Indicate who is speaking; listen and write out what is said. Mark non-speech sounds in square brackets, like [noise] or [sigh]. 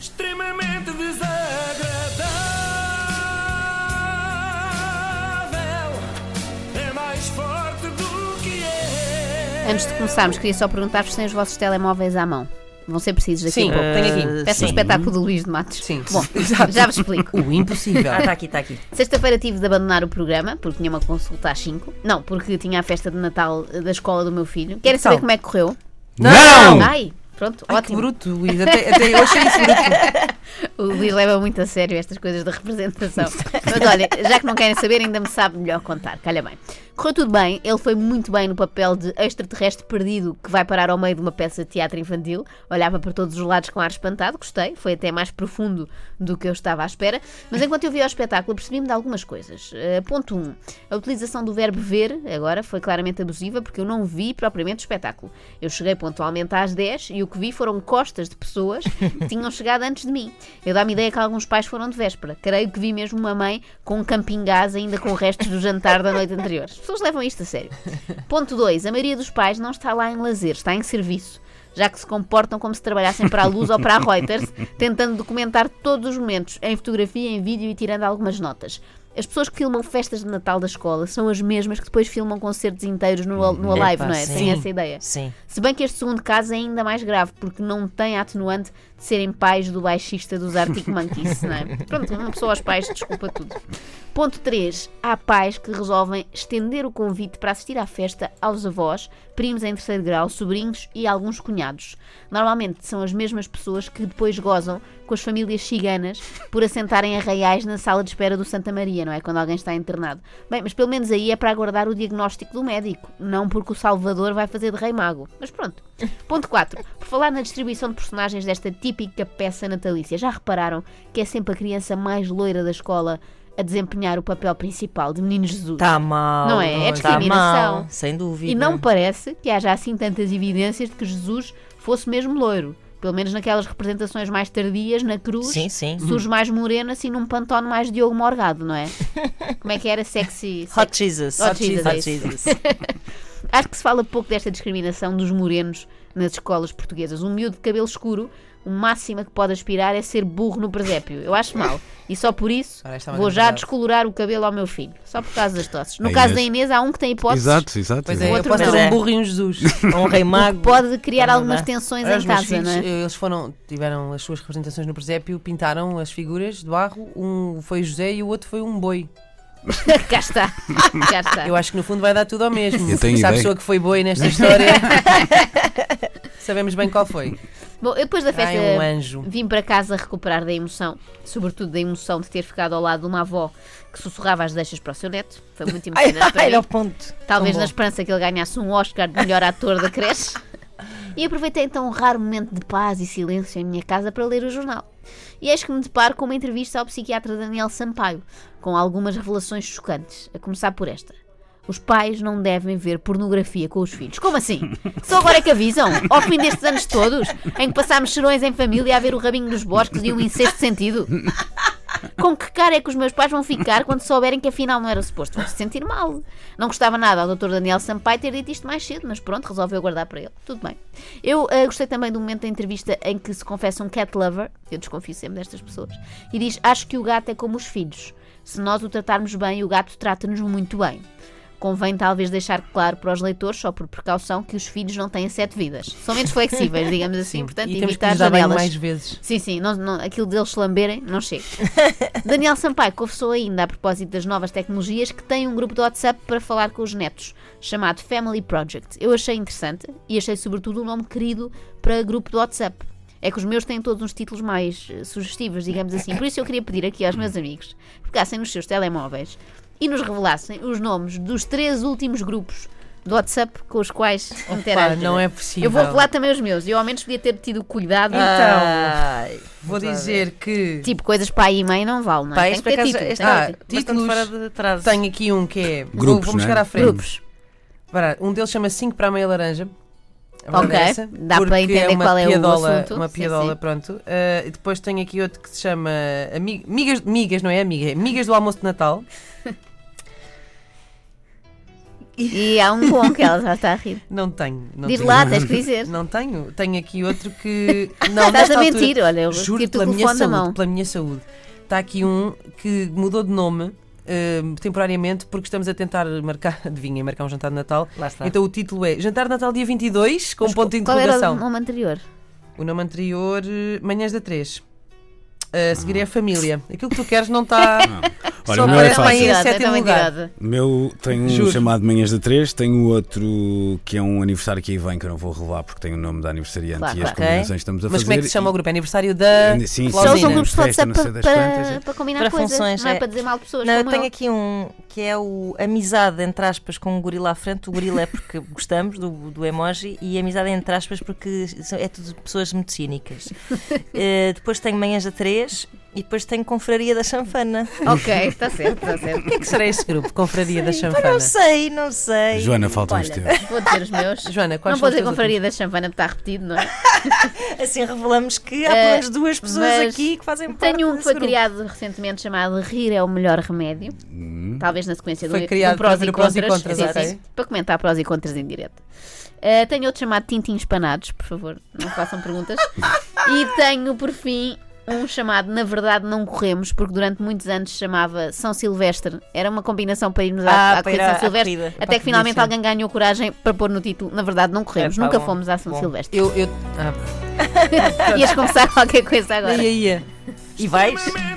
Speaker 1: extremamente desagradável. É mais forte do que é.
Speaker 2: Antes de começarmos, queria só perguntar-vos se têm os vossos telemóveis à mão. Vão ser precisos daqui
Speaker 3: Sim,
Speaker 2: a pouco.
Speaker 3: tenho aqui.
Speaker 2: Peço
Speaker 3: Sim.
Speaker 2: um espetáculo do Luís de Matos.
Speaker 3: Sim. [laughs]
Speaker 2: Bom, já vos explico.
Speaker 4: O impossível.
Speaker 3: Ah, está aqui, está aqui.
Speaker 2: Sexta-feira tive de abandonar o programa porque tinha uma consulta às 5. Não, porque tinha a festa de Natal eh, da escola do meu filho. Querem saber
Speaker 3: Então.
Speaker 2: como é que correu?
Speaker 4: Não!
Speaker 2: Ai, pronto,
Speaker 3: Ai, que
Speaker 2: ótimo.
Speaker 3: bruto, Luís. Até, até eu
Speaker 2: [laughs]
Speaker 3: achei isso bruto.
Speaker 2: O Luís leva muito a sério estas coisas da representação. Mas olha, já que não querem saber, ainda me sabe melhor contar. Calha bem. Correu tudo bem, ele foi muito bem no papel de extraterrestre perdido que vai parar ao meio de uma peça de teatro infantil. Olhava para todos os lados com ar espantado, gostei, foi até mais profundo do que eu estava à espera. Mas enquanto eu via o espetáculo, percebi-me de algumas coisas. Eh, ponto 1. Um, a utilização do verbo ver agora foi claramente abusiva porque eu não vi propriamente o espetáculo. Eu cheguei pontualmente às 10 e o que vi foram costas de pessoas que
Speaker 3: [laughs]
Speaker 2: tinham chegado antes de mim. Eu dá-me ideia que alguns pais foram de véspera. Creio que vi mesmo uma mãe com um camping gás ainda com restos do jantar da noite anterior. As pessoas levam isto a sério. Ponto 2. A maioria dos pais não está lá em lazer, está em serviço. Já que se comportam como se trabalhassem para a luz ou para a Reuters, tentando documentar todos os momentos, em fotografia, em vídeo e tirando algumas notas. As pessoas que filmam festas de Natal da escola são as mesmas que depois filmam concertos inteiros no, no Alive,
Speaker 3: Epá,
Speaker 2: não é?
Speaker 3: sim.
Speaker 2: Tem essa ideia.
Speaker 3: Sim.
Speaker 2: Se bem que este segundo caso é ainda mais grave, porque não tem a atenuante de serem pais do baixista dos Arctic Monkeys, não é? Pronto, uma pessoa aos pais desculpa tudo. Ponto 3. Há pais que resolvem estender o convite para assistir à festa aos avós, primos em terceiro grau, sobrinhos e alguns cunhados. Normalmente são as mesmas pessoas que depois gozam com as famílias ciganas por assentarem arraiais na sala de espera do Santa Maria, não é? Quando alguém está internado. Bem, mas pelo menos aí é para aguardar o diagnóstico do médico, não porque o Salvador vai fazer de rei mago. Mas pronto. Ponto 4. Por falar na distribuição de personagens desta típica peça natalícia, já repararam que é sempre a criança mais loira da escola a desempenhar o papel principal de Menino Jesus?
Speaker 3: Está Tá mal.
Speaker 2: Não é? É
Speaker 3: Luís, tá
Speaker 2: discriminação.
Speaker 3: mal, Sem dúvida.
Speaker 2: E não parece que haja assim tantas evidências de que Jesus fosse mesmo loiro. Pelo menos naquelas representações mais tardias, na cruz,
Speaker 3: Sim, sim.
Speaker 2: surge mais moreno, assim num pantone mais Diogo Morgado,
Speaker 3: [laughs]
Speaker 2: não é? Como é que era? Sexy.
Speaker 3: Hot Jesus.
Speaker 2: Hot Jesus, é
Speaker 3: Hot
Speaker 2: isso.
Speaker 3: Jesus.
Speaker 2: Acho que se fala pouco desta discriminação dos morenos nas escolas portuguesas. Um miúdo de cabelo escuro, o máximo que pode aspirar é ser burro no presépio. Eu acho mal. E só por isso
Speaker 3: Ora, esta é uma
Speaker 2: vou
Speaker 3: grande
Speaker 2: já
Speaker 3: verdade.
Speaker 2: descolorar o cabelo ao meu filho. Só por causa das tosses. No
Speaker 5: A
Speaker 2: caso
Speaker 5: Inês-
Speaker 2: da Inês, há um que tem hipótese.
Speaker 5: Exato, exato.
Speaker 3: Pois
Speaker 5: exato.
Speaker 3: é, eu
Speaker 2: Outro
Speaker 3: posso
Speaker 2: não.
Speaker 3: ter um
Speaker 2: É.
Speaker 3: burro e
Speaker 2: [laughs]
Speaker 3: um Jesus. Ou um rei
Speaker 2: que
Speaker 3: mago.
Speaker 2: Pode criar
Speaker 3: Também
Speaker 2: algumas
Speaker 3: dá.
Speaker 2: tensões
Speaker 3: Olha,
Speaker 2: em
Speaker 3: os meus
Speaker 2: casa,
Speaker 3: filhos,
Speaker 2: não é?
Speaker 3: Eles foram, tiveram as suas representações no presépio, pintaram as figuras de barro. Um foi José e o outro foi um boi.
Speaker 2: [laughs] Cá
Speaker 3: [laughs]
Speaker 2: está. Cá está.
Speaker 3: Eu acho que no fundo vai dar tudo ao mesmo.
Speaker 5: Eu tenho
Speaker 3: Se há
Speaker 5: ideia.
Speaker 3: pessoa que foi boi nesta história,
Speaker 5: [laughs]
Speaker 3: sabemos bem qual foi.
Speaker 2: Bom, eu depois da festa
Speaker 3: Ai, um anjo.
Speaker 2: vim para casa recuperar da emoção, sobretudo da emoção de ter ficado ao lado de uma avó que sussurrava as deixas para o seu neto. Foi
Speaker 3: [laughs]
Speaker 2: muito emocionante para mim.
Speaker 3: era o ponto.
Speaker 2: Talvez
Speaker 3: Tão
Speaker 2: na
Speaker 3: bom.
Speaker 2: esperança que ele ganhasse um Oscar de melhor ator da
Speaker 3: [laughs]
Speaker 2: creche. E aproveitei então um raro momento de paz e silêncio em minha casa para ler o jornal. E eis que me deparo com uma entrevista ao psiquiatra Daniel Sampaio, com algumas revelações chocantes, a começar por esta. Os pais não devem ver pornografia com os filhos. Como
Speaker 3: [laughs]
Speaker 2: assim? Só agora é que avisam? Ao fim destes anos todos, em que passámos serões em família a ver o rabinho dos bosques e um incesto sentido? Com que cara é que os meus pais vão ficar quando souberem que afinal não era suposto? Vão se sentir mal. Não gostava nada ao Dr. Daniel Sampaio ter dito isto mais cedo, mas pronto, resolveu guardar para ele. Tudo bem. Eu ah, gostei também do momento da entrevista em que se confessa um cat lover, eu desconfio sempre destas pessoas, e diz: Acho que o gato é como os filhos. Se nós o tratarmos bem, o gato trata-nos muito bem. Convém talvez deixar claro para os leitores, só por precaução, que os filhos não têm sete vidas. São menos flexíveis, digamos assim, portanto,
Speaker 3: e temos que
Speaker 2: evitar
Speaker 3: lhes dar bem
Speaker 2: janelas.
Speaker 3: mais vezes.
Speaker 2: Sim, sim, não, não- aquilo deles se lamberem não
Speaker 3: [laughs]
Speaker 2: chega. Daniel Sampaio confessou ainda a propósito das novas tecnologias que tem um grupo de WhatsApp para falar com os netos, chamado Family Project. Eu achei interessante e achei sobretudo um nome querido para grupo de WhatsApp. É que os meus têm todos uns títulos mais eh, sugestivos, digamos assim. Por isso eu queria pedir aqui aos meus amigos que pegassem nos seus telemóveis e nos revelassem os nomes dos três últimos grupos do WhatsApp com os quais interagem.
Speaker 3: não é possível. Então,
Speaker 2: Eu vou revelar também os meus. Eu ao menos podia ter tido cuidado.
Speaker 3: Ai, vou dizer que
Speaker 2: Tipo, coisas pai e mãe não valem, não é?
Speaker 3: Pá,
Speaker 2: Tem
Speaker 3: isto
Speaker 2: que ter
Speaker 3: por acaso-
Speaker 2: título,
Speaker 3: este-
Speaker 2: tem que ter
Speaker 3: ah,
Speaker 2: título.
Speaker 3: títulos.
Speaker 4: Bastante fora de trás.
Speaker 3: tenho aqui um que é. vou,
Speaker 5: Grupos,
Speaker 3: vou buscar
Speaker 5: não é?
Speaker 3: à frente.
Speaker 2: Grupos.
Speaker 3: Para, um deles chama 5 para a meia laranja. A
Speaker 2: Ok,
Speaker 3: verdade é essa,
Speaker 2: dá para
Speaker 3: porque
Speaker 2: entender
Speaker 3: uma
Speaker 2: qual é o
Speaker 3: piadola,
Speaker 2: assunto.
Speaker 3: Uma
Speaker 2: Sim,
Speaker 3: piadola,
Speaker 2: sim.
Speaker 3: pronto. Ah, e depois tenho aqui outro que se chama Ami- Migas, migas não é amiga, é Migas do Almoço de Natal.
Speaker 2: E há um bom que ela já está a rir.
Speaker 3: Não tenho. Não
Speaker 2: Diz
Speaker 3: tenho.
Speaker 2: lá, tens que dizer.
Speaker 3: Não tenho. Tenho aqui outro
Speaker 2: [laughs]
Speaker 3: que. Não,
Speaker 2: Estás
Speaker 3: nesta
Speaker 2: a
Speaker 3: altura,
Speaker 2: mentir, olha, eu
Speaker 3: Juro
Speaker 2: tiro-te o
Speaker 3: pela minha
Speaker 2: telefone da
Speaker 3: saúde.
Speaker 2: mão.
Speaker 3: Pela minha saúde. Está aqui um que mudou de nome. hum, temporariamente, porque estamos a tentar marcar, [laughs] adivinha, marcar um jantar de Natal.
Speaker 4: Lá está.
Speaker 3: Então o título é Jantar de Natal dia 22, com
Speaker 2: Mas
Speaker 3: ponto de
Speaker 2: Qual era
Speaker 3: interrogação.
Speaker 2: o nome anterior?
Speaker 3: O nome anterior, eh, Manhãs da 3. A seguir é a família. Aquilo que tu queres não tá
Speaker 2: [laughs]
Speaker 3: está.
Speaker 5: Ah. Olha,
Speaker 3: Só
Speaker 5: o meu é
Speaker 3: parece bem
Speaker 5: fácil.
Speaker 3: em
Speaker 2: Tirada,
Speaker 3: sétimo
Speaker 2: também
Speaker 3: lugar.
Speaker 2: tirada.
Speaker 5: O meu tem um
Speaker 3: Juro.
Speaker 5: chamado Manhãs da 3, tem o outro que é um aniversário que aí vem, que eu não vou revelar porque tem o nome da aniversariante
Speaker 2: Claro,
Speaker 5: e as
Speaker 2: claro.
Speaker 5: combinações que estamos a
Speaker 3: Mas
Speaker 5: fazer.
Speaker 3: como é que se chama o grupo? É aniversário da.
Speaker 5: Sim, sim,
Speaker 2: Só um usam
Speaker 5: Sim,
Speaker 2: grupos de
Speaker 5: festa,
Speaker 2: WhatsApp
Speaker 5: não
Speaker 2: para,
Speaker 5: sei das
Speaker 2: para,
Speaker 5: quantas. é.
Speaker 2: para combinar
Speaker 4: Para
Speaker 2: coisas,
Speaker 4: funções,
Speaker 2: não é
Speaker 4: é.
Speaker 2: para dizer mal de pessoas.
Speaker 4: Não, eu
Speaker 2: como
Speaker 4: tenho
Speaker 2: eu.
Speaker 4: aqui um que é o amizade entre aspas com o gorila à frente. O gorila é porque [laughs] gostamos do, do emoji e amizade entre aspas porque são- é tudo pessoas
Speaker 2: [laughs]
Speaker 4: muito cínicas. Eh, depois tenho manhãs a três e depois tenho confraria da chanfana.
Speaker 2: Ok, está certo, está certo.
Speaker 3: O que é que será esse grupo? Confraria
Speaker 2: então
Speaker 3: da
Speaker 4: Não
Speaker 3: Chanfana.
Speaker 4: sei, não sei.
Speaker 5: Joana, faltam os teus.
Speaker 2: Olha, vou dizer os meus.
Speaker 3: Joana, quais
Speaker 2: Não vou dizer
Speaker 3: são os teus
Speaker 2: confraria da champanhe porque está repetido, não é?
Speaker 4: Assim revelamos que há
Speaker 2: Eh,
Speaker 4: pelo menos duas pessoas
Speaker 2: mas
Speaker 4: aqui que fazem parte
Speaker 2: Tenho um que
Speaker 4: desse
Speaker 2: foi
Speaker 4: grupo.
Speaker 2: criado recentemente chamado Rir é o Melhor Remédio. Talvez na sequência
Speaker 3: Foi
Speaker 2: do,
Speaker 3: criado
Speaker 2: do prós,
Speaker 3: para ver
Speaker 2: e
Speaker 3: o prós e
Speaker 2: contras,
Speaker 3: contras,
Speaker 2: Sim,
Speaker 3: ok.
Speaker 2: sim, para comentar prós e contras em direto. Eh, tenho outro chamado Tintins Panados, por favor, não façam perguntas. e tenho, por fim, um chamado Na Verdade Não Corremos, porque durante muitos anos se chamava São Silvestre. Era uma combinação para irmos
Speaker 4: Ah,
Speaker 2: à, à
Speaker 4: para
Speaker 2: corrida
Speaker 4: ir
Speaker 2: de
Speaker 4: à-
Speaker 2: São Silvestre,
Speaker 4: à corrida.
Speaker 2: até que finalmente alguém ganhou coragem para pôr no título Na Verdade Não Corremos.
Speaker 4: Epá,
Speaker 2: Nunca
Speaker 4: bom,
Speaker 2: fomos à São
Speaker 3: [laughs]
Speaker 4: bom.
Speaker 2: Silvestre.
Speaker 3: Eu. eu...
Speaker 2: [laughs]
Speaker 3: Ah,
Speaker 2: Ias começar qualquer coisa agora.
Speaker 3: ia, ia.
Speaker 4: E vais?
Speaker 1: É